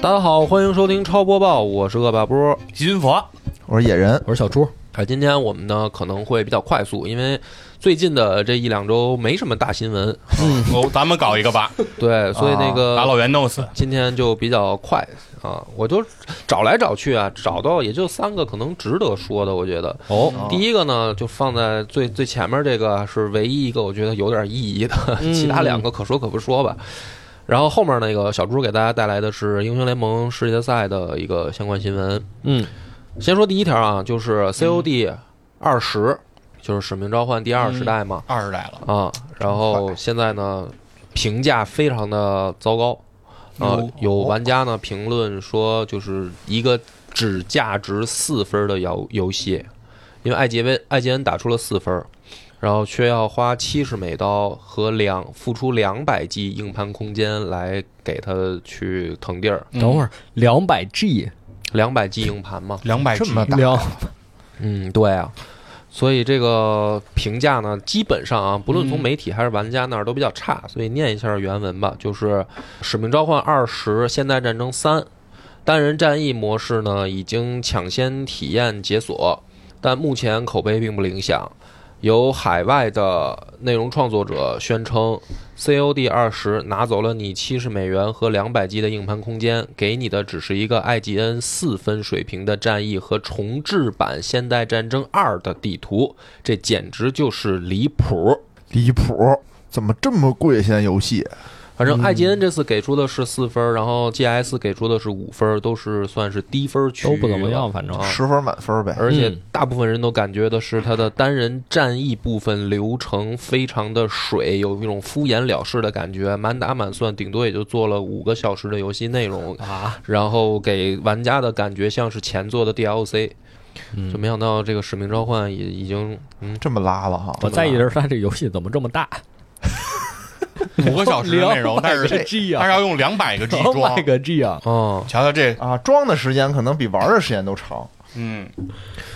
大家好，欢迎收听超播报，我是恶霸波。金佛，我说野人，我是小朱，啊，今天我们呢可能会比较快速，因为最近的这一两周没什么大新闻，哦，咱们搞一个吧，对，所以那个、把老袁弄死。今天就比较快啊，我就找来找去啊，找到也就三个可能值得说的，我觉得。哦，第一个呢，就放在最最前面这个是唯一一个我觉得有点意义的，嗯其他两个可说可不说吧。然后后面那个小猪给大家带来的是英雄联盟世界赛的一个相关新闻。嗯，先说第一条啊，就是 COD 二十，就是《使命召唤》第二时代嘛，二十代了，啊，然后现在呢，评价非常的糟糕，啊哟，有玩家呢评论说，就是一个只价值四分的游游戏，因为艾杰温艾杰恩打出了四分，然后却要花七十美刀和两付出两百 G 硬盘空间来给他去腾地儿，等会儿两百 G 两百 G 硬盘嘛，两百 G，这么大两嗯，对啊，所以这个评价呢，基本上啊，不论从媒体还是玩家那儿都比较差，所以念一下原文吧，就是《使命召唤二十》《现代战争三》单人战役模式呢，已经抢先体验解锁，但目前口碑并不理想。有海外的内容创作者宣称，COD 二十拿走了你七十美元和两百 G 的硬盘空间，给你的只是一个 IGN 四分水平的战役和重置版《现代战争二》的地图，这简直就是离谱。离谱，怎么这么贵？现在游戏反嗯正 IGN 这次给出的是四分，然后 GS 给出的是五分，都是算是低分区域都了，不怎么样，反正啊十分满分呗，而且嗯大部分人都感觉的是，他的单人战役部分流程非常的水，有一种敷衍了事的感觉，满打满算顶多也就做了五个小时的游戏内容，啊，然后给玩家的感觉像是前作的 DLC，就嗯，没想到这个《使命召唤》也已经嗯这么拉了哈。我在意的是他这游戏怎么这么大，五个小时的内容，但是个这 G 但是啊，要用两百 个 G 两装百，个 G 啊，哦，瞧瞧这，啊，装的时间可能比玩的时间都长，嗯，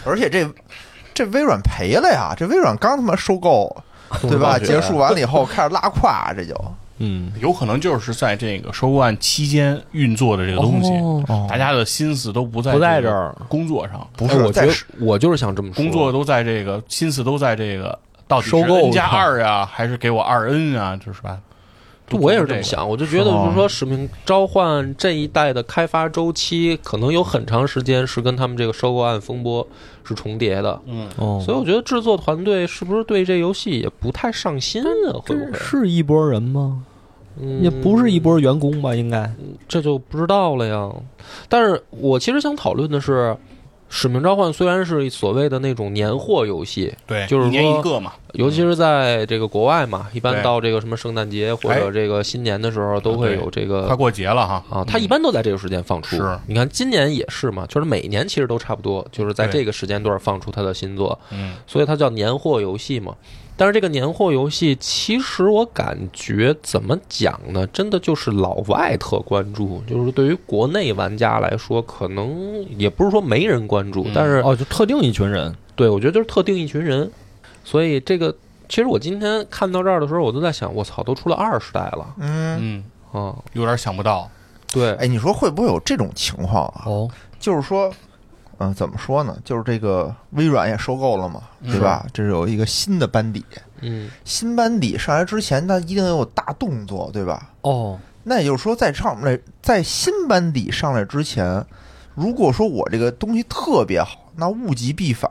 而且这这微软赔了呀，这微软刚他妈收购，对吧？暴雪结束完了以后开始拉胯，啊这就嗯，有可能就是在这个收购案期间运作的这个东西，哦大家的心思都不在不在这这个儿，工作上，不哎是我觉在得我就是想这么说，工作都在这个心思都在这个到底是收购 N 加上二啊，还是给我二 N 啊，就是吧？对我也是这么想，我就觉得就是是说，《使命召唤》这一代的开发周期可能有很长时间是跟他们这个收购案风波是重叠的，嗯哦所以我觉得制作团队是不是对这游戏也不太上心啊？会不会这？是一波人吗？嗯也不是一，波员工吧，应该这就不知道了呀。但是我其实想讨论的是，《使命召唤》虽然是所谓的那种年货游戏，对，就是一年说一个嘛，尤其是在这个国外嘛，一般对到这个什么圣诞节或者这个新年的时候，都会对有这个快过节了哈呃嗯啊，它一般都在这个时间放出。是你看今年也是嘛，就是每年其实都差不多，就是在这个时间段放出它的新作，嗯，所以它叫年货游戏嘛。但是这个年货游戏，其实我感觉怎么讲呢？真的就是老外特关注，就是对于国内玩家来说，可能也不是说没人关注，嗯但是哦，就特定一群人，对，我觉得就是特定一群人，所以这个其实我今天看到这儿的时候，我都在想，我操，都出了二十代了嗯，嗯，啊！有点想不到，对，哎，你说会不会有这种情况啊？哦，就是说，嗯、怎么说呢？就是这个微软也收购了嘛，对吧？这是有一个新的班底，嗯，新班底上来之前，它一定有大动作，对吧？哦，那也就是说，在上来，在新班底上来之前，如果说我这个东西特别好，那物极必反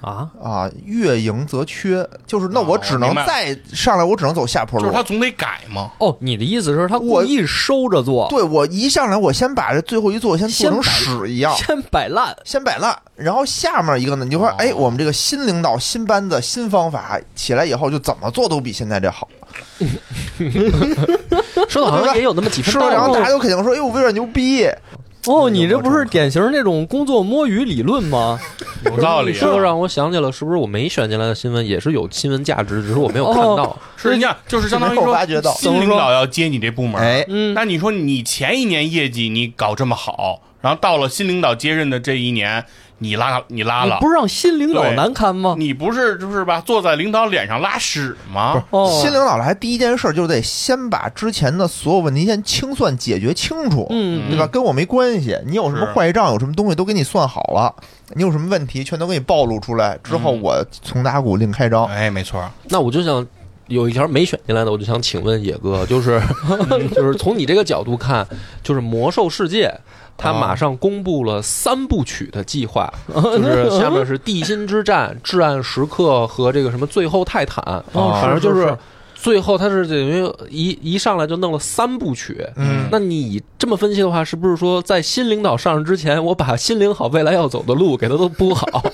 啊，啊，月盈则缺，就是那哦我只能明白再上来，我只能走下坡就是路。他总得改嘛，哦，你的意思是，他故我意收着做，对我一上来，我先把这最后一座先做成先摆屎一 样，先摆烂，先摆烂，然后下面一个呢，你就说哦，哎，我们这个新领导、新班子、新方法起来以后，就怎么做都比现在这好。说的好对吧像也有那么几分是吧？啊然道后理大。家都肯定说，哎呦，微软牛逼，哦，你这不是典型那种工作摸鱼理论吗？有道理你啊。说让我想起了，是不是我没选进来的新闻也是有新闻价值，只是我没有看到。是你看，就是相当于没有说发觉到新领导要接你这部门，哎，嗯，那你说你前一年业绩你搞这么好，然后到了新领导接任的这一年，你拉你拉你了，不是让新领导对难堪吗？嗯你不是就是吧？坐在领导脸上拉屎吗？哦，新领导来，第一件事就是得先把之前的所有问题先清算解决清楚，嗯，对吧？跟我没关系，你有什么是坏账，有什么东西都给你算好了，你有什么问题全都给你暴露出来，之后嗯我从打鼓另开张。哎，没错，那我就想有一条没选进来的，我就想请问野哥，就是 嗯就是从你这个角度看，就是《魔兽世界》。啊它马上公布了三部曲的计划， 就是下面是《地心之战》《至暗时刻》和这个什么《最后泰坦》，哦反正就是是是是最后它是等于一一上来就弄了三部曲。嗯那你这么分析的话，是不是说在新领导上任之前，我把新领好未来要走的路给他都铺好，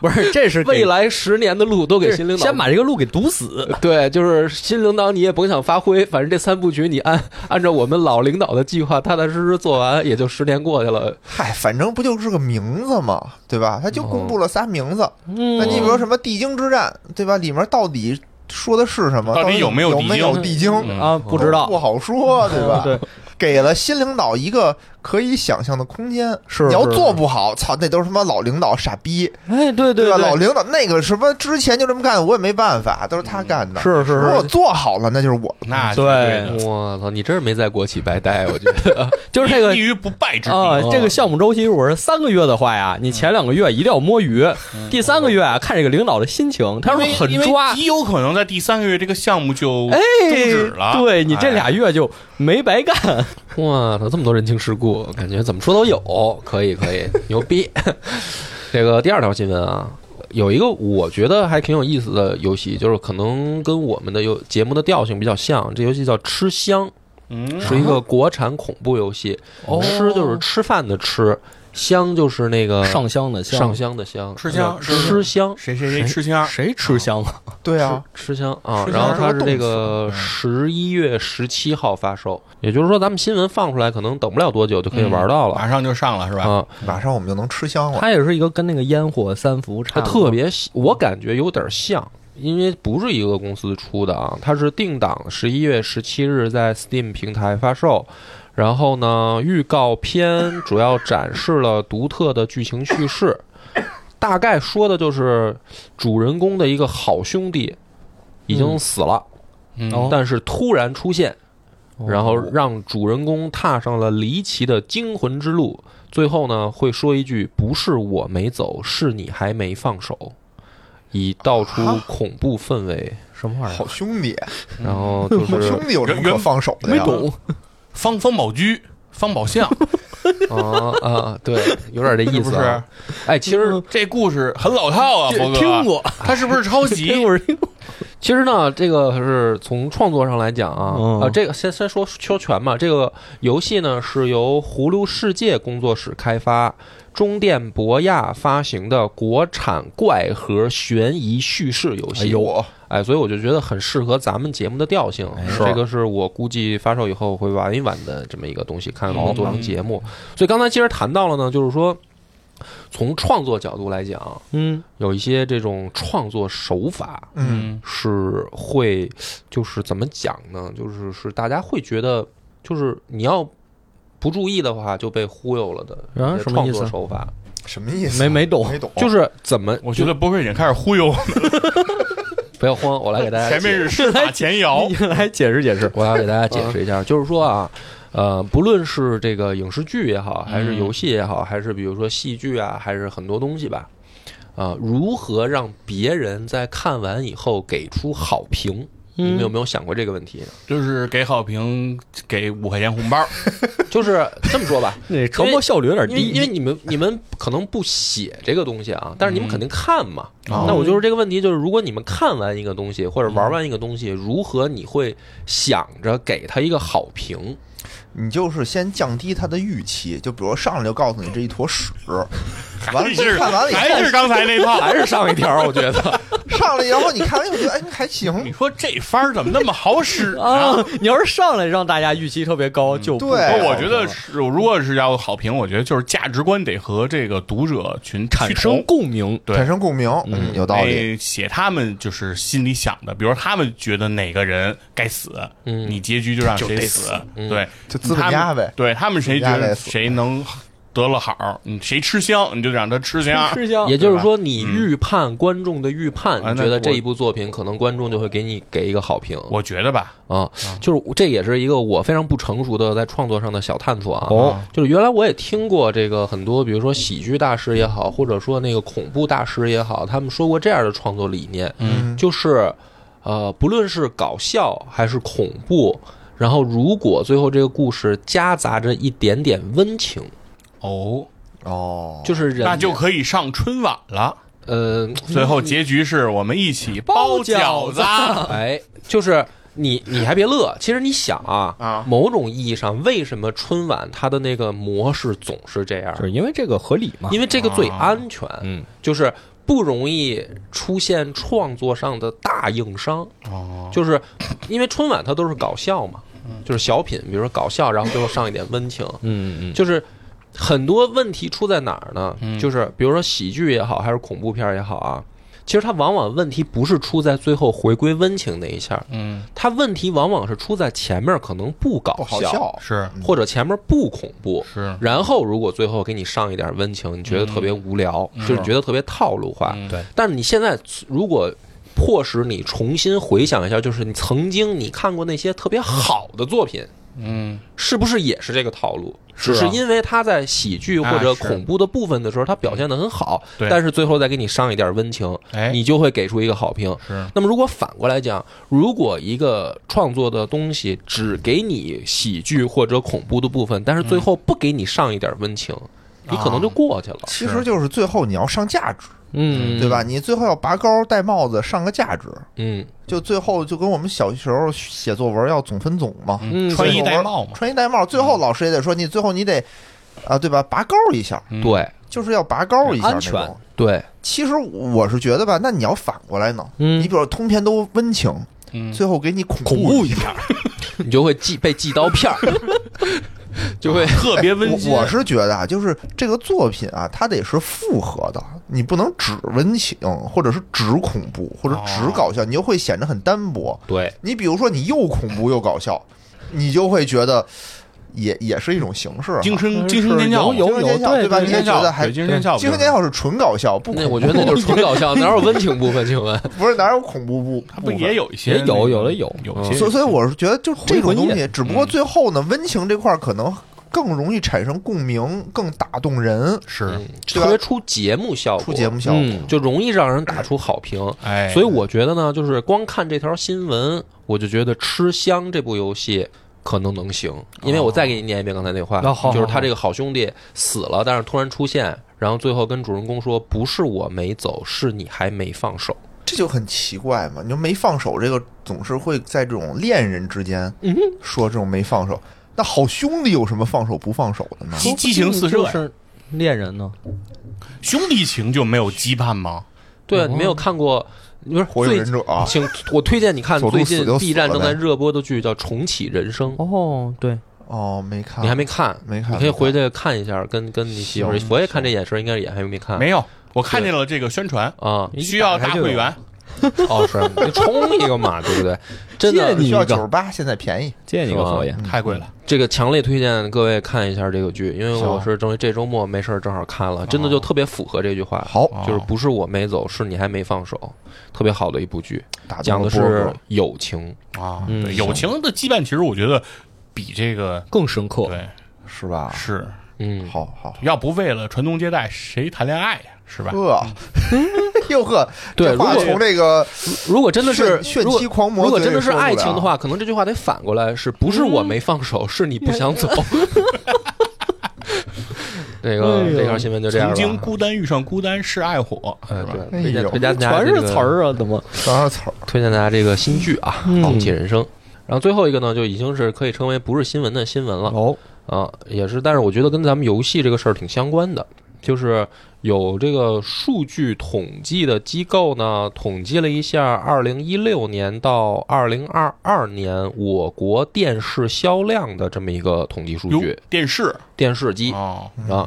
不是，这是给未来十年的路都给这是新领导先把这个路给堵死。 对，就是新领导你也甭想发挥，反正这三部曲你按按照我们老领导的计划踏踏实实做完，也就十年过去了。嗨，反正不就是个名字嘛，对吧？他就公布了仨名字，哦嗯那你比如什么地精之战，对吧？里面到底说的是什么？到到底有没没有有地有精地精？嗯啊，不知不道，好说，对吧？ 对，给了新领导一个可以想象的空间。是你要是做不好，操，那都是他妈老领导傻逼，哎，对对吧？对，老领导那个什么之前就这么干，我也没办法，都是他干的。是如是果是，做好了，那就是我。那对绝的我操，你真是没在国企白待，我觉得。就是这 个立于不败之啊地，，这个项目周期如果是三个月的话呀，你前两个月一定要摸鱼，第三个月啊看这个领导的心情，他要因是为很因为抓，极有可能在第三个月这个项目就哎终止，了。对你这哎俩月就没白干。 哇，操，这么多人情世故，感觉怎么说都有，可以可以，牛 逼。这个第二条新闻啊，有一个我觉得还挺有意思的游戏，就是可能跟我们的游节目的调性比较像，这游戏叫《吃香》。嗯，是一个国产恐怖游戏，哦吃就是吃饭的吃，香就是那个上香的香，呃上香的香，吃香吃吃香谁谁谁吃香？谁吃香啊？对啊，吃香啊。吃然香后它是这是个个动十一月十七号发售，也就是说咱们新闻放出来，可能等不了多久就可以玩到了马上就上嗯了是吧？啊。马上我们就能吃香了。它也是一个跟那个烟火三伏差它不多，特别，我感觉有点像。因为不是一个公司出的啊，它是定档十一月十七日在 Steam 平台发售，然后呢，预告片主要展示了独特的剧情叙事，大概说的就是主人公的一个好兄弟已经死了，嗯哦但是突然出现，哦然后让主人公踏上了离奇的惊魂之路。最后呢，会说一句：“不是我没走，是你还没放手。”以道出啊恐怖氛围，什么玩意儿？好兄弟，然 后就好是兄弟有什么可放手的呀？懂方方宝驹、方宝相，啊啊，对，有点这是意不思、是啊。？哎，其嗯实这故事很老套啊，佛哥。听过，他是不是抄 袭？听过，听过。其实呢，这个是从创作上来讲啊，嗯呃，这个先先说说全嘛，这个游戏呢是由葫芦世界工作室开发，中电博亚发行的国产怪盒悬疑叙事游戏。我哎，所以我就觉得很适合咱们节目的调性。是这个是我估计发售以后会玩一玩的这么一个东西，看看能不能做成嗯节目。所以刚才其实谈到了呢，就是说从创作角度来讲，嗯，有一些这种创作手法嗯，是会，就是怎么讲呢？就是是大家会觉得，就是你要不注意的话就被忽悠了的啊一些什么创意作思哦手法，什么意思？啊没没懂，没懂，就是怎么我觉得波哥已经开始忽悠，不要慌，我来给大家前面解是施法前摇你，来解释解释。我要给大家解释一下，就是说嗯啊，呃，不论是这个影视剧也好，还是游戏也好，还是比如说戏剧啊，还是很多东西吧，啊、如何让别人在看完以后给出好评？你们有没有想过这个问 题呢？就是给好评，给五块钱红包。就是这么说吧，那传播效率有点因为低，因为你 们你们可能不写这个东西啊，但是你们肯定看嘛。嗯哦那我就是这个问题，就是如果你们看完一个东西或者玩完一个东嗯西，如何你会想着给他一个好评？ 你就是先降低他的预期，就比如上来就告诉你这一坨屎， 完还了是看完了以还是刚才那套。 还是上一条，我觉 得。后上来，然后你看完以后觉得哎还你行，说这番儿怎么那么好使啊 啊？， 你要是上来让大家预期特别高，就不嗯对哦高我觉得是，如果是要好评，我觉得就是价值观得和这个读者群产生共鸣。对产生共鸣，嗯，有道理。得哎写他们就是心里想的，比如他们觉得哪个人该死，嗯你结局就让谁就得死死，嗯对，就资本家他呗们对他们谁觉资本家得该死谁能得了好，嗯，谁吃香你就让他吃香。吃香也就是吧说，你嗯预判观众的预判，哎啊你那觉得我这一部作品可能观众就会给你给一个好评我觉得吧，啊，就是这也是一个我非常不成熟的在创作上的小探索啊。哦，就是原来我也听过这个很多，比如说喜剧大师也好，或者说那个恐怖大师也好，他们说过这样的创作理念，嗯就是呃，不论是搞笑还是恐怖，然后如果最后这个故事夹杂着一点点温情，哦，哦，就是人那就可以上春晚了。呃，最后结局是我们一起包饺子。哎，就是你你还别乐，其实你想啊，啊某种意义上，为什么春晚它的那个模式总是这样就？是因为这个合理嘛。因为这个最安全，嗯，就是不容易出现创作上的大硬伤。哦，就是因为春晚它都是搞笑嘛，就是小品，比如说搞笑，然后最后上一点温情，嗯嗯就是。很多问题出在哪儿呢？嗯就是比如说喜剧也好，还是恐怖片儿也好啊，其实它往往问题不是出在最后回归温情那一下，嗯，它问题往往是出在前面可能不搞不好笑，是或者前面不恐怖，是，然后如果最后给你上一点温情，你觉得特别无聊，嗯就是你觉得特别套路化。嗯对但是你现在如果迫使你重新回想一下，就是你曾经你看过那些特别好的作品，嗯，是不是也是这个套路？是只啊是因为他在喜剧或者啊是恐怖的部分的时候，他表现得很好，对但是最后再给你上一点温情，哎，你就会给出一个好评。是那么如果反过来讲，如果一个创作的东西只给你喜剧或者恐怖的部分，但是最后不给你上一点温情，嗯你可能就过去了。啊其实就是最后你要上价值，嗯，对吧？？你最后要拔高戴帽子上个价值，嗯就最后就跟我们小时候写作文要总分总嘛，嗯，穿衣最后戴我帽嘛。嗯穿衣戴帽，最后老师也得说你最后你得啊，对吧？拔高一下，嗯对就是要拔高一下安全那种。对，其实我是觉得吧，那你要反过来呢，嗯你比如说通篇都温情，嗯，最后给你恐恐怖一下，你就会记被记刀片 儿，就会特别温馨。我我是觉得啊，就是这个作品啊，它得是复合的，你不能只温情，或者是只恐怖，或者哦只搞笑，你就会显得很单薄。对你比如说，你又恐怖又搞笑，你就会觉得也也是一种形式啊。精精神精神尖叫有嘛，有神有尖叫，对吧？精你神也尖觉得叫，还对精神尖叫，精神尖叫是纯搞笑，不恐那怖我觉得那就是纯搞 笑，哪有温情部分？请问，不是哪有恐怖部？它不也有一些也有那个有的有有些所以所以我是觉得，就是这种东回魂西，只不过嗯最后呢，温情这块儿可能更容易产生共鸣，更打动人，是嗯特别出节目效果，出节目效果。嗯就容易让人打出好评。哎，所以我觉得呢，就是光看这条新闻，我就觉得《吃香》这部游戏可能能行，因为我再给你念一遍刚才那话，哦好就是好他好这个好兄弟死了，但是突然出现，然后最后跟主人公说：“不是我没走，是你还没放手。这就很奇怪嘛。你说没放手，这个总是会在这种恋人之间嗯哼说这种没放手。那好兄弟有什么放手不放手的呢？激激情四射呀，是恋人呢，兄弟情就没有羁绊吗？”对啊，哦你没有看过，你不是火影最忍者啊，请我推荐你 看佐助最死近就死 B 站了正在呗热播的剧叫《重启人生》，哦，对，哦，没看，你还没看？没看，你可以回去。去看一下，跟跟你媳妇儿行，我也看这眼神，应该也还没看没有，我看见了这个宣传，啊。一需要打大开就有会员，哦，是你充一个嘛，对不对？真的借你需要一九十个，八，现在便宜。借你一个是吧佛爷，太贵了。这个强烈推荐各位看一下这个剧，因为行我是正这周末没事儿正好看了，真的就特别符合这句话，好，哦就是不是我没走，是你还没放手，特别好的一部剧，打讲动的了波是哥友情。啊，嗯对，友情的羁绊其实我觉得比这个更深刻。对是吧？是，嗯，好好，要不为了传宗接代，谁谈恋爱呀？是吧？呵，哟呵，对这话如果从这个如果真的是炫如炫果妻狂魔如果嘴真里的是说出来爱情的啊，话，可能这句话得反过来，是不是我没放手，是你不想走。 这个哎呦这条新闻就这样曾了。经孤单遇上孤单是爱火，哎是吧？对，推荐哎呦推荐大家全这是个词儿啊，怎么？全是词儿。推荐大家这个新剧啊，嗯《重启人生》。然后最后一个呢，就已经是可以称为不是新闻的新闻哎了哦，啊，也是，但是我觉得跟咱们游戏这个事儿挺相关的，就是有这个数据统计的机构呢，统计了一下二零一六年到二零二二年我国电视销量的这么一个统计数哟据，电视电视机哦啊。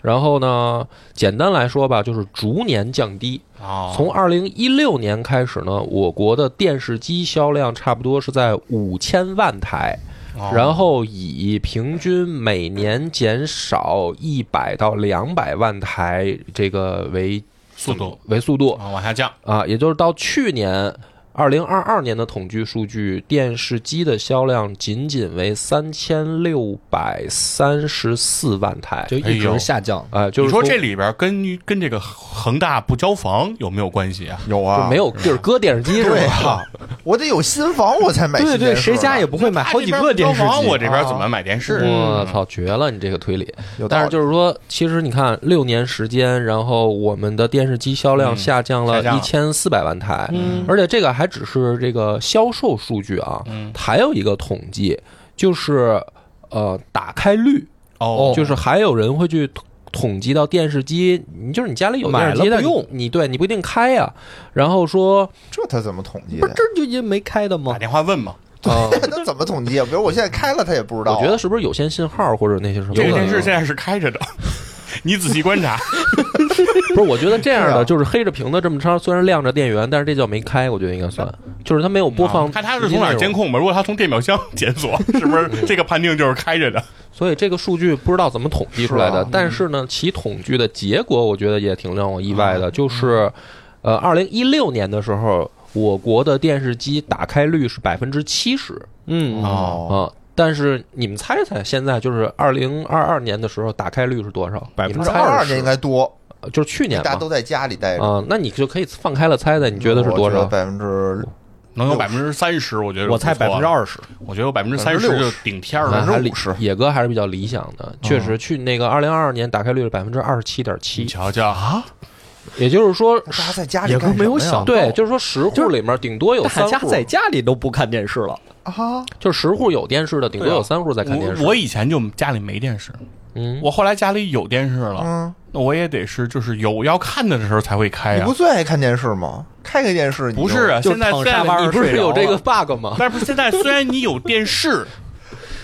然后呢，简单来说吧，就是逐年降低，哦，从二零一六年开始呢，我国的电视机销量差不多是在五千万台，哦然后以平均每年减少一百到两百万台这个为速度为速度啊往下降，啊，也就是到去年二零二二年的统计数据，电视机的销量仅仅为三千六百三十四万台，就一直下降。啊、就是你说这里边跟跟这个恒大不交房有没有关系啊？有就啊，没有地儿搁电视机是对吧啊？，我得有新房我才买新对电对，视呢谁家也不会买好几个电视他那边不交房我机。这边怎么买电视？我操，绝了！你这个推理，有道但是理就是说，其实你看，六年时间，然后我们的电视机销量嗯下降了下降一了千四百万台，嗯而且这个还只是这个销售数据啊，嗯还有一个统计就是呃打开率，哦，就是还有人会去统统计到电视机，你就是你家里有电视机买了但不用你对你不一定开呀、然后说这他怎么统计不是的呀？这就因为没开的打吗？电话问嘛，啊。呃他怎么统计啊？比如我现在开了，他也不知我道啊。觉得是不是有线信号或者那些什么？这的？个电视现在是开着的，你仔细观察。 不是，我觉得这样是的啊就是黑着屏的这么长，虽然亮着电源，但是这叫没开，我觉得应该算，就是它没有播啊放。嗯看他是从哪儿监？控吧？如果他从电表箱检索，是不是这个判定就是开着的？所以这个数据不知道怎么统计出来是的啊，但是呢，其统计的结果我觉得也挺让我意外嗯的，就是，呃，二零一六年的时候，我国的电视机打开率是百分之七十嗯，哦，啊。但是你们猜猜，现在就是二零二二年的时候，打开率是多少？你们猜二二是年应该多，呃就是去年大家嘛都在家里待着。啊，那你就可以放开了猜猜，你觉得是多少？百分之能有百分之三十，我觉得我猜百分之十，二十。我觉得有百分之三十就顶天儿那了。还是50%野哥还是比较理想的，确实去那个二零二二年打开率是百分之二十七点你七，瞧瞧啊，也就是说，大家在家里也干什么呀没有想对，就是说十户里面顶多有大三家户，在家里都不看电视了，啊，就是十户有电视的，顶多有三户在看电视。我我以前就家里没电视，嗯，我后来家里有电视了，嗯，那我也得是就是有要看的时候才会开你呀不。最爱看电视吗？开个电视你就不是啊，就现在躺现在沙发你上不是睡着有了这个 bug 吗？但是现在虽然你有电视，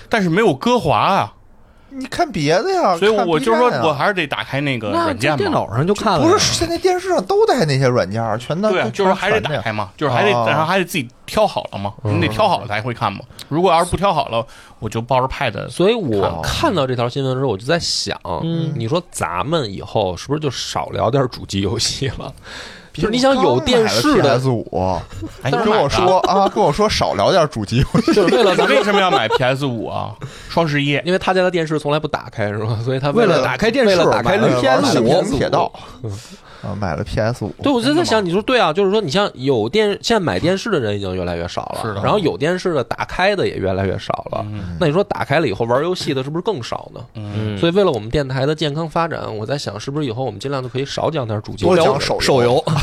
但是没有歌华啊，你看别的呀，所以啊看我 B 就是说站呀我还是得打开那个那软件在电嘛。脑上就看了。不是现在电视上都带那些软件儿，全都对，啊就是还得打全的呀开嘛，就是还得，哦嗯然后还得自己挑好了嘛，你得挑好了才会看嘛。如果要是不挑好了，我就抱着 Pad 所以我看到这条新闻的时候，我就在想，嗯你说咱们以后是不是就少聊点主机游戏了？比就是你想有电视的， PS 五，哎，你跟干嘛我说啊，跟我说少聊点主机游戏，就是为了 你咱们，为什么要买 PS 五啊？ 双十一因为他家的电视从来不打开，是吧？所以他为了了打开电视，为了打开买了绿 PS5 PS 五铁道啊，买了 PS 五，对，我就在真的想，吗你说对啊，就是说，你像有电，现在买电视的人已经越来越少了，是的然后有电视的打开的也越来越少了。那你说打开了以后玩游戏的是不是更少呢？嗯所以为了我们电台的健康发展，我在想，是不是以后我们尽量就可以少讲点主机多标讲准手游，啊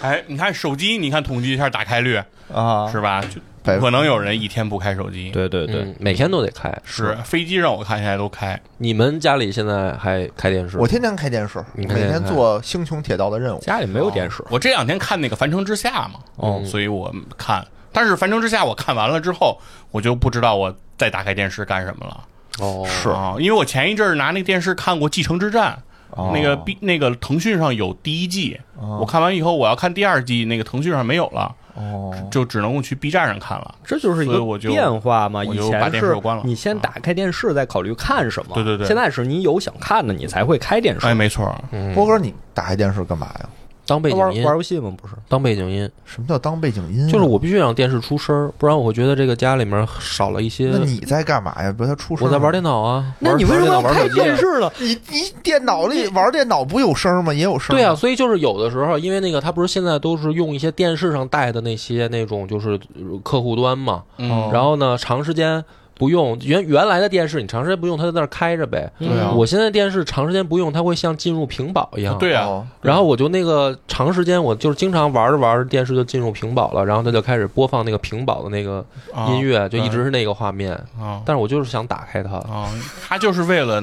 哎，你看手机，你看统计一下打开率啊，是吧？就百分不可能有人一天不开手机。对对对，嗯，每天都得开。是飞机让我看现在都开，你们家里现在还开电视吗？我天天开电视，你每天天天看做星穹铁道的任务。家里没有电视。哦我这两天看那个《凡城之下》嘛，嗯哦所以我看，但是《凡城之下》我看完了之后，我就不知道我再打开电视干什么了。哦，是啊，因为我前一阵儿拿那个电视看过《继承之战》，哦那个 B 那个腾讯上有第一季，我看完以后我要看第二季，那个腾讯上没有了，哦，就只能去 B 站上看了。这就是一所以个我就变化嘛。我以就把前电视是又关了你先打开电视，再考虑看什么。对对对现在是你有想看的，你才会开电视。哎，没错儿，波哥，你打开电视干嘛呀？嗯当背那玩景音玩，游戏吗？不是，当背景音，什么叫当背景音啊？就是我必须让电视出声儿，不然我会觉得这个家里面少了一些那。你在干嘛呀？不是他出声我吗，在玩电脑啊，那你为什么要玩开手机啊电视了？你你电脑里玩电脑不有声吗？也有声。对啊，，所以就是有的时候，因为那个他不是现在都是用一些电视上带的那些那种就是呃客户端嘛，嗯，然后呢长时间不用原原来的电视，你长时间不用它在那儿开着呗。对啊我现在电视长时间不用，它会像进入屏保一样。。哦对啊，哦，然后我就那个长时间，我就是经常玩着玩着电视就进入屏保了，然后它就开始播放那个屏保的那个啊音乐，就一直是那个画面。啊但是我就是想打开它，啊，他就是为了。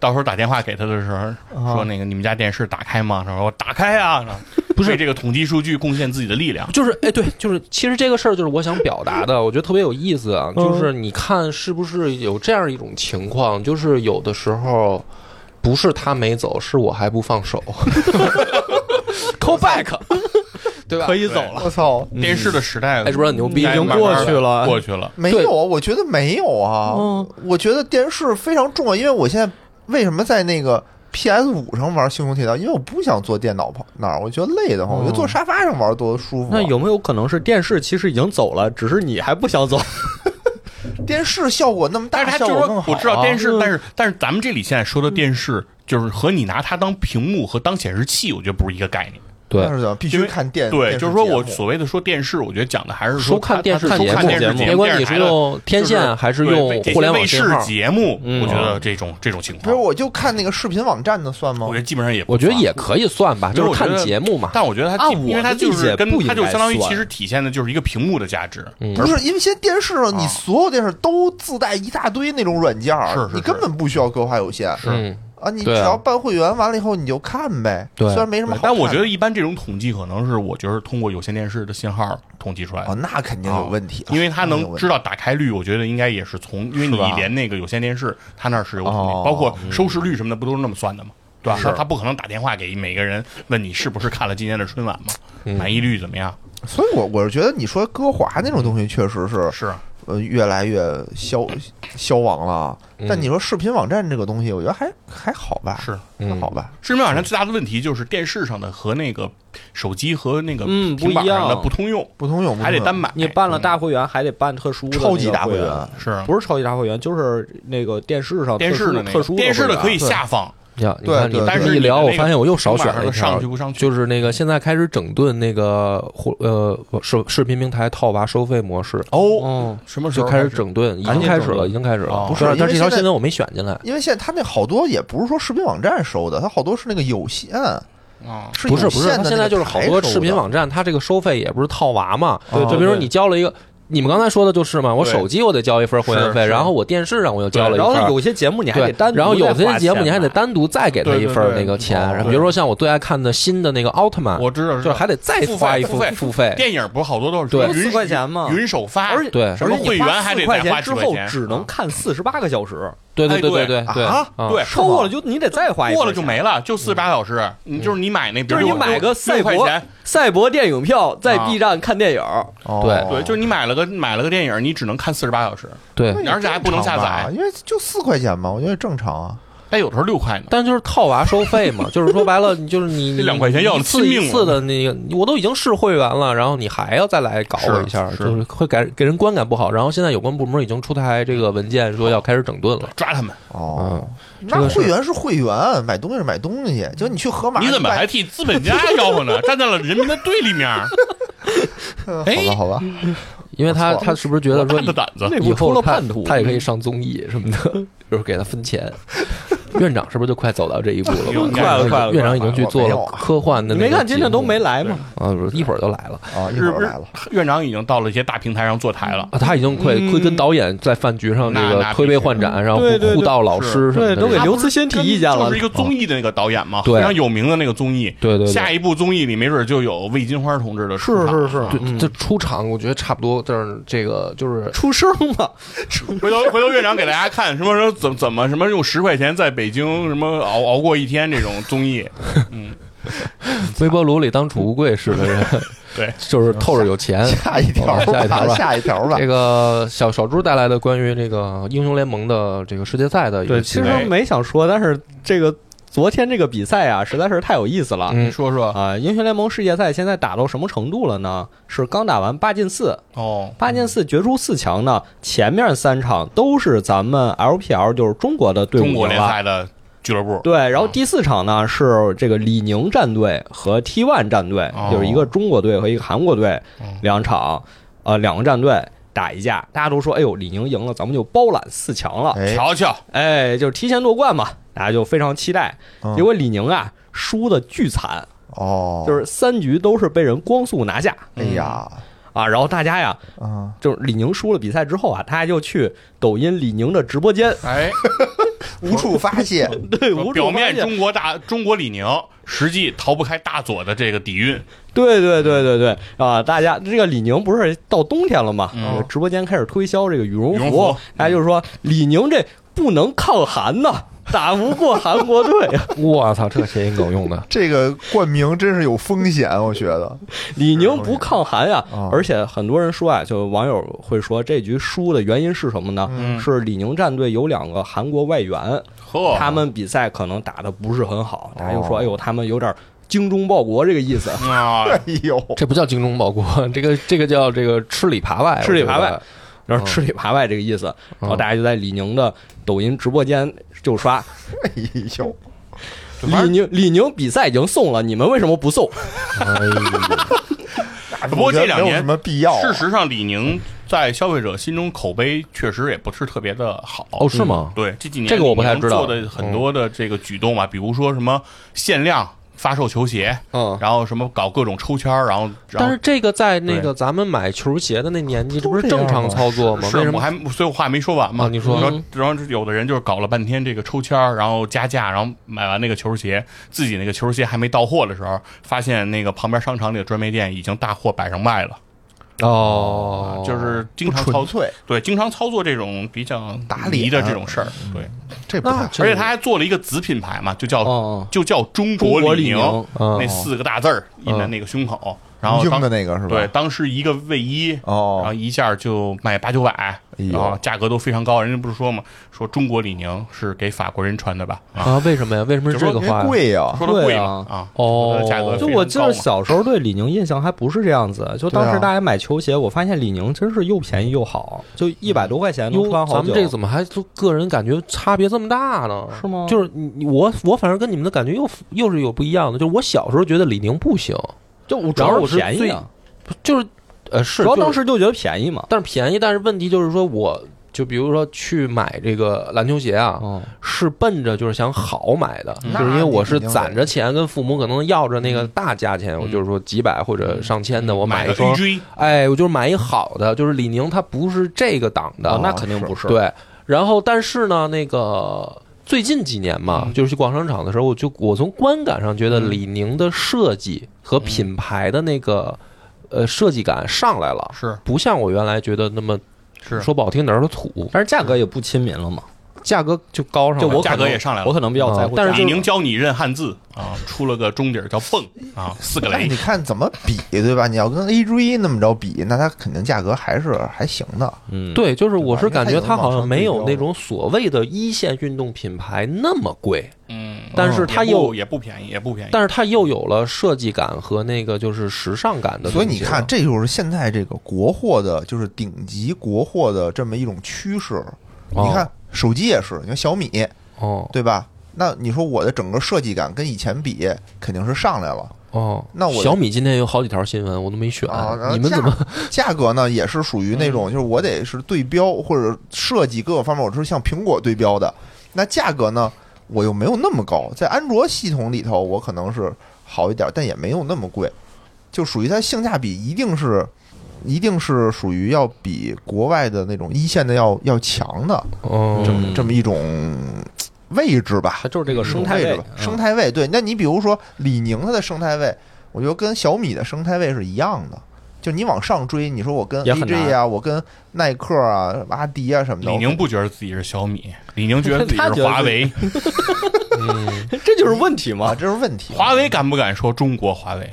到时候打电话给他的时啊哦候，说那个你们家电视打开吗？他说我打开啊，不是为这个统计数据贡献自己的力量。就是哎，对，就是其实这个事儿就是我想表达的，我觉得特别有意思啊。就是你看是不是有这样一种情况，就是有的时候不是他没走，是我还不放手。 call back， 对吧可？以走了。我操，电视的时代，哎，是不是很牛逼？已经过去了过去了。没有啊，我觉得没有啊。嗯我觉得电视非常重要，因为我现在为什么在那个 PS 五上玩《星穹铁道》，因为我不想坐电脑旁那儿，我觉得累得嗯哦慌，我觉得坐沙发上玩多舒服、啊。那有没有可能是电视其实已经走了，只是你还不想走？电视效果那么但大是，它效就是果更说，好、啊。我知道电视嗯，但是但是咱们这里现在说的电视，就是和你拿它当屏幕和当显示器，我觉得不是一个概念。对但，是必须看电对，就是说我所所谓的说电视，我觉得讲的还是收说看它电视它收节看电视目，节别管你电是视台的用天线还是对用这些互联网卫信视号，节目，嗯我觉得这种这种情不是，况，我就看那个视频网站的算吗我觉？得基本上也不我觉得算也可以算吧，就是没有我看觉得节目嘛。但我觉得它按基，因为我的它就理解是跟不应它就该相当于算其实体现的就是一个屏幕的价值，嗯不是，因为现在电视上啊你所有电视都自带一大堆那种软件儿，是是你根本不需要格化有线嗯，啊，你只对啊要办会员完了以后你就看呗。对虽然没什么好看的，但我觉得一般这种统计可能是我觉得通过有线电视的信号统计出来的哦，。那肯定有问题啊，因为它肯定有能问知题道打开率，我觉得应该也是从，因为你是吧连那个有线电视，它那儿是有统计哦包括收视率什么的，不都是那么算的吗？对吧？他他不可能打电话给每个人问你是不是看了今年的春晚嘛，嗯满意率怎么样？所以我我是觉得你说歌华那种东西确实是是呃越来越消消亡了，嗯但你说视频网站这个东西，我觉得还还好吧，是，还好嗯吧。视频网站最大的问题就是电视上的和那个手机和那个嗯平板上的不一样不通用，不通用，不还得通用单买。嗯你办了大会员，还得办特殊的超级那个大啊会员，是不是超级大会员，就是那个电视上电视的那个特殊电视的的可以啊对下放，呀，你对看你对这但么是一你的聊，那我个发现我又少选平板了上一条的上去，不上去？就是那个现在开始整顿那个互呃视视频平台套娃收费模式，哦，什么时就候开始整顿，已经紧开始整了，顿已经开始了哦。不是但因但为这条现新在闻我没选进来，因为现在他那好多也不是说视频网站收的，他好多是那个有线，啊？是不有是不线是，的它现在就是好多视频网站，它这个收费也不是套娃嘛。对对就比如说对你交了一个，你们刚才说的就是嘛，我对手机我得交一份会员是费，是然后我电视上我又交了一然份后儿。有些节目你还对得，单独再然后花钱买，有些节目你还得单独再给他一份儿对对那对个钱，哦然后比如说像我最爱看的新的那个奥特啊曼，我知道，就是还得再付费花一付费付费，电影不是好多都是对云4块钱嘛云首发，而且对哎而且你会员还得再4块花钱几之块后钱只能看四十八个小时，对对哎对对对对嗯啊对，超过了就你得再花一过块了就钱。嗯没了，就四十八小时。你就是你买那，比就如是你六买个赛六块博钱，赛博电影票，在啊 B 站看电影，哦对对，就是你买了个买了个电影，你只能看四十八小时。对那对。也而且还不能下载正常吧因为就四块钱嘛，我觉得正常啊。但有的时候六块呢。但就是套娃收费嘛，就是说白了，你就是你这两块钱要了一次亲命一次的那个，我都已经是会员了，然后你还要再来搞我一下，是是就是会给给人观感不好。然后现在有关部门已经出台这个文件，说要开始整顿了。抓他们！哦，嗯这那个是会员是会员，买东西是买东西，就你去盒马，你怎么买还替资本家吆喝 呢？站在了人民的对立面，好哎吧，好吧，因为他我操他是不是觉得说大的胆子！内以部出后了他叛徒，他也可以上综艺什么的，就是给他分钱。院长是不是就快走到这一步了有吗？快了院长快了院长已经去做我没了有啊科幻的你那个没节目，看今天都没来吗？啊，不是一会儿就来了啊，一会日儿来了。院长已经到了一些大平台上坐台了，啊，他已经快嗯会跟导演在饭局上这那个那推必杯须换盏，然后对对互对道老师什么的这对种，都给刘慈欣提意见了就是一个综艺的那个导演嘛，对非常有名的那个综艺。对对对下一部综艺里没准就有魏金花同志的出场。啊是是是对这出场，我觉得差不多，但是这个就是出声嘛，回头回头院长给大家看什么时候怎么怎么什么用十块钱在北京什么熬熬过一天这种综艺，微波炉里当储物柜似的 人，对， 就是透着有钱。 下一条好吧下一条吧吧，下一条吧这。个小小猪带来的关于这个英雄联盟的这个世界赛的一个对，其新实闻，没想说，但是这个昨天这个比赛啊，实在是太有意思了。嗯，说说啊、英雄联盟世界赛现在打到什么程度了呢？是刚打完八进四，哦，八进四决出四强呢。前面三场都是咱们 LPL，就是中国的队伍中国赢联了赛的俱乐部，对，然后第四场呢是这个李宁战队和 T1 战队哦，就是一个中国队和一个韩国队嗯两场，呃，两个战队打一架，大家都说，哎呦，李宁赢了，咱们就包揽四强了，哎，瞧瞧，哎，就是提前夺冠嘛，大家就非常期待。嗯结果李宁啊输的巨惨，哦，就是三局都是被人光速拿下哎呀，啊，然后大家呀，啊，就是李宁输了比赛之后啊，大家就去抖音李宁的直播 间，哎，无处发泄，对，无处表发面泄中国大中国李宁，实际逃不开大左的这个底蕴，对对对对对啊！大家这个李宁不是到冬天了嘛，嗯这个直播间开始推销这个羽绒羽绒服服，大家就是说李宁这不能抗寒呐，打不过韩国队。啊 我操，这谐音梗用 的 这个冠名真是有风险，我觉得。李宁不抗韩呀啊，哦而且很多人说啊，就网友会说这局输的原因是什么呢？嗯是李宁战队有两个韩国外援，呵，他们比赛可能打的不是很好，大家就说哦哎呦，他们有点精忠报国这个意思。啊，哎呦，这不叫精忠报国，这个这个叫这个吃里扒外，吃里扒外我觉得，然后吃里扒外这个意思，然后大家就在李宁的抖音直播间就刷哎呦，李宁，李宁比赛已经送了，你们为什么不送？哎不过这两我觉得没有年什么必要啊。事实上，李宁在消费者心中口碑确实也不是特别的好。嗯哦，是吗？对，这几年这个我不太知道李宁做的很多的这个举动啊嘛，比如说什么限量发售球鞋， 嗯，然后什么搞各种抽签儿，然后然但后是这个在那个咱们买球鞋的那年纪，这不是正常操作吗？是为什我么？还所以我话没说完嘛。啊你说然后然后有的人就是搞了半天这个抽签儿，然后加价，然后买完那个球鞋，自己那个球鞋还没到货的时候，发现那个旁边商场里的专卖店已经大货摆上卖了，哦，就是经不常操作。纯粹，对，经常操作这种比较打离脸的这种事儿，对，这不啊太那而且他还做了一个子品牌嘛，就叫、哦，就叫中中国李李宁嗯那四个大字儿印在那个胸口，然后硬当的那个是吧？对，当时一个卫衣，然后哦，一下就卖八九百，呦然后价格都非常高。人家不是说嘛，说中国李宁是给法国人穿的吧？啊，啊，为什么呀？为什么是这个因为话呀？贵呀，说的贵对嘛啊啊，哦说的价格就非我常记高得嘛小时候对李宁印象还不是这样子，就当对时啊大家买球鞋，我发现李宁真是又便宜又好，就一百多块钱能哟，穿好咱久。们这个怎么还就个人感觉差别这么大呢？是吗就是你你我我反正跟你们的感觉又又是有不一样的。就是我小时候觉得李宁不行，就我主然后要我是是便宜最啊，就是呃是主要就是当时就觉得便宜嘛。但是便宜，但是问题就是说我。就比如说去买这个篮球鞋啊，嗯，是奔着就是想好买的，嗯就是因为我是那你肯定得攒着钱，跟父母可能要着那个大价钱，我就是说几百或者上千的，我买一嗯个双 AJ，哎，我就是买一好的，就是李宁它不是这个档的，哦那肯定不是。，对。然后但是呢，那个最近几年嘛，嗯就是去逛商场的时候，我就我从观感上觉得李宁的设计和品牌的那个、呃设计感上来了，是不像我原来觉得那么是，说不好听点儿的土，但是价格也不亲民了嘛。价格就高上了。就我价格可能也上来了我可能比较在乎嗯但价格。是就李是宁教你认汉字啊，出了个中底儿叫蹦啊，四个那雷哎你。看怎么比对吧？你要跟 AJ 那么着比，那它肯定价格还是还行的。嗯，对，就是我吧是感它觉有它好往像上没推有高那的种所谓的一线运动品牌那么贵，嗯，但是也它不又，也不便宜，也不便哎宜。但是它又有了设计感和那个就是时尚感的东西了。所以你看，这就是现在这个国货的，就是顶级国货的这么一种趋势。哦你看手机也是，你看小米哦对吧？那你说我的整个设计感跟以前比，肯定是上来了。哦，那我小米今天有好几条新闻我都没选啊，然，后你们价怎么？嗯价格呢？也是属于那种，就是我得是对标或者设计各个方面，我是向苹果对标的。那价格呢，我又没有那么高，在安卓系统里头，我可能是好一点，但也没有那么贵，就属于它性价比一定是。一定是属于要比国外的那种一线的要要强的哦这，嗯这么一种嗯位置吧，它就是这个生态位置位吧，，生态位。对，那你比如说李宁它的生态位，我觉得跟小米的生态位是一样的。就你往上追，你说我跟也很 AJ 啊，我跟耐克啊、阿迪啊什么的，李宁不觉得自己是小米，李宁觉得自己他觉是得华为。嗯这就是问题啊，嘛。这是问题。华为敢不敢说中国华为？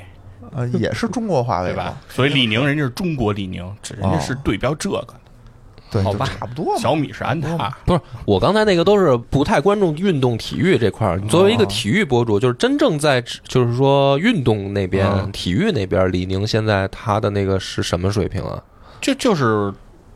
呃也是中国华为对吧嘛？？所以李宁人家是中国李宁，这人家哦是对标这个的，对，好就吧差不多嘛。小米是安踏，不是，我刚才那个都是不太关注运动体育这块儿。作哦为一个体育博主，就是真正在就是说运动那嗯边、体育那边，李宁现在他的那个是什么水平啊？这就是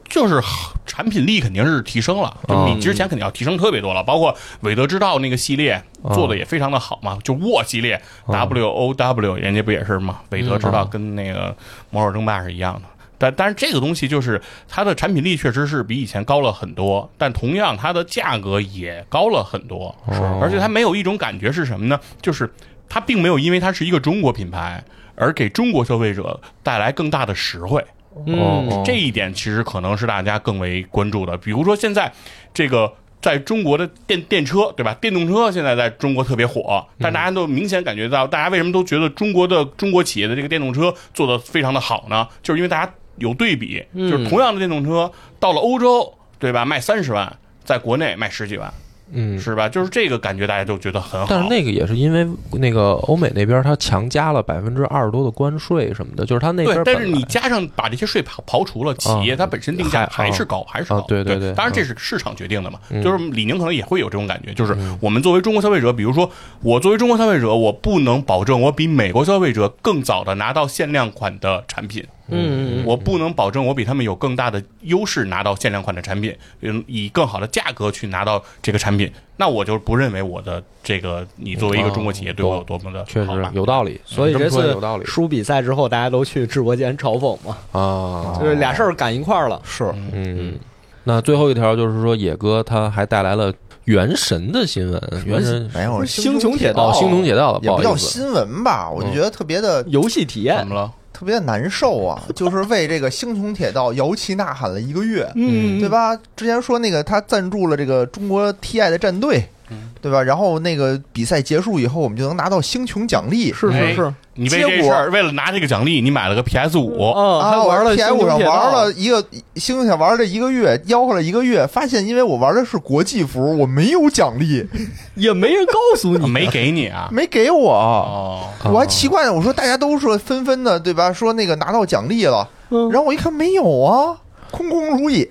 就是产品力肯定是提升了，就嗯比之前肯定要提升特别多了。包括韦德之道那个系列嗯做的也非常的好嘛，就沃系列 W O W，人家不也是嘛？韦德之道跟那个魔兽争霸是一样的。但但是这个东西就是它的产品力确实是比以前高了很多，但同样它的价格也高了很多，哦而且它没有一种感觉是什么呢？就是它并没有因为它是一个中国品牌而给中国消费者带来更大的实惠，嗯，这一点其实可能是大家更为关注的。比如说现在这个在中国的电电车，对吧？电动车现在在中国特别火，但大家都明显感觉到，大家为什么都觉得中国的中国企业的这个电动车做的非常的好呢？就是因为大家有对比，就是同样的电动车到了欧洲，对吧？卖三十万，在国内卖十几万。嗯，是吧？就是这个感觉，大家都觉得很但是哦好。那个也是因为那个欧美那边它强加了百分之二十多的关税什么的，就是它那边对，本但来嗯是你加上把这些税刨刨除了，企业它本身定价还还是高，还是啊高。对对对对当然这是市场决定的嘛。嗯就是李宁可能也会有这种感觉，就是嗯我们作为中国消费者，比如说我作为中国消费者，我不能保证我比美国消费者更早的拿到限量款的产品，嗯嗯我不能保证我比他们有更大的优势拿到限量款的产品，嗯，以更好的价格去拿到这个产品，那我就不认为我的这个你作为一个中国企业对我有多么的嗯哦确好实吧有道理，所以你这这么说也次有道理输比赛之后，大家都去直播间嘲讽嘛，啊，就是俩事儿赶一块儿了。是嗯，那最后一条就是说，野哥他还带来了原神的新闻，原神没有不是星穹铁道哦，星穹铁道的，也不好不叫意思，新闻吧，我就觉得特别的游戏体验怎，么了？特别的难受啊，就是为这个星穹铁道摇旗呐喊了一个月，嗯对吧？之前说那个他赞助了这个中国 TI 的战队，嗯对吧？然后那个比赛结束以后，我们就能拿到星穹奖励。是是是，你为这事儿，为了拿这个奖励，你买了个 PS 五，嗯，还啊！我玩了 T I 星五穹上铁玩道了一个星穹铁玩了一个月，吆喝了一个月，发现因为我玩的是国际服，我没有奖励，也没人告 诉哦你，没给你啊？没给我。哦，啊我还奇怪呢，我说大家都说纷纷的，对吧？说那个拿到奖励了，嗯然后我一看没有啊，空空如也。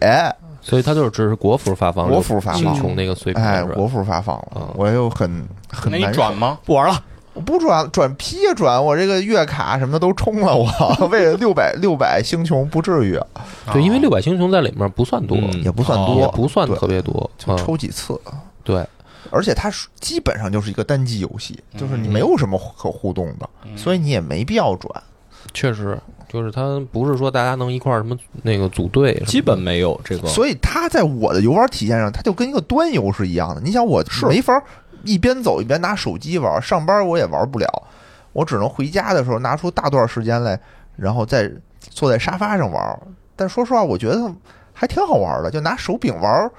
所以他就是只是国服发放，国服发放星穹那个碎片哎，是吧国服发放了嗯，我又很很那你难受转。吗？不玩了。我不转转批呀转，我这个月卡什么的都充了我，为了六百六百星穹不至于，啊对，哦因为六百星穹在里面不算多，啊哦嗯也不算也多，不算对特别多，就嗯抽几次。对，而且它是基本上就是一个单机游戏，就是你没有什么可互动的，所以你也没必要转。确实就是他不是说大家能一块儿什么那个组队什么的，基本没有这个，所以它在我的游玩体验上，它就跟一个端游是一样的。你想，我是没法一边走一边拿手机玩，上班我也玩不了，我只能回家的时候拿出大段时间来，然后再坐在沙发上玩。但说实话，我觉得还挺好玩的，就拿手柄玩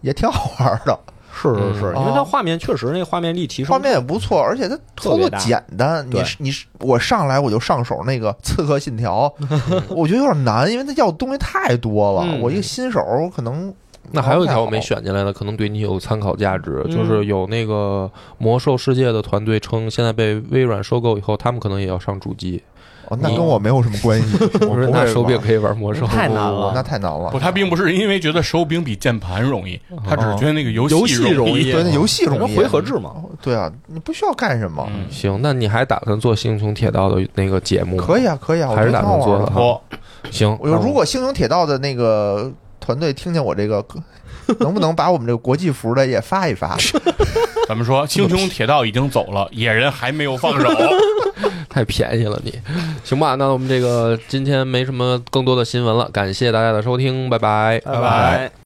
也挺好玩 的，是是是嗯因为它画面确实那个画面力提升，画面也不错，而且它操特别作大简单。你对是你是我上来我就上手那个《刺客信条》， 我觉得有点难，因为它要的东西太多了。嗯我一个新手可能那还有一条我没选。选进来的，可能对你有参考价值，嗯就是有那个魔兽世界的团队称，现在被微软收购以后，他们可能也要上主机，哦，那你跟我没有什么关系，我不是不那会手柄玩可以玩魔兽， 太难了那太难了。不，他并不是因为觉得手柄比键盘容易，他只是觉得那个游游戏容容易对，那游戏容易回合制嘛，对啊，你不需要干什么，嗯行，那你还打算做《星穹铁道》的那个节目吗？可以啊，可以啊，我还是觉得打挺算做嗯好玩的的。我行，我如果星穹铁道的那个团队听见我这个， 能不能把我们这个国际服的也发一发？咱们说，星穹铁道已经走了，野人还没有放手。太便宜了你，行吧？那我们这个今天没什么更多的新闻了，感谢大家的收听，拜拜。拜拜。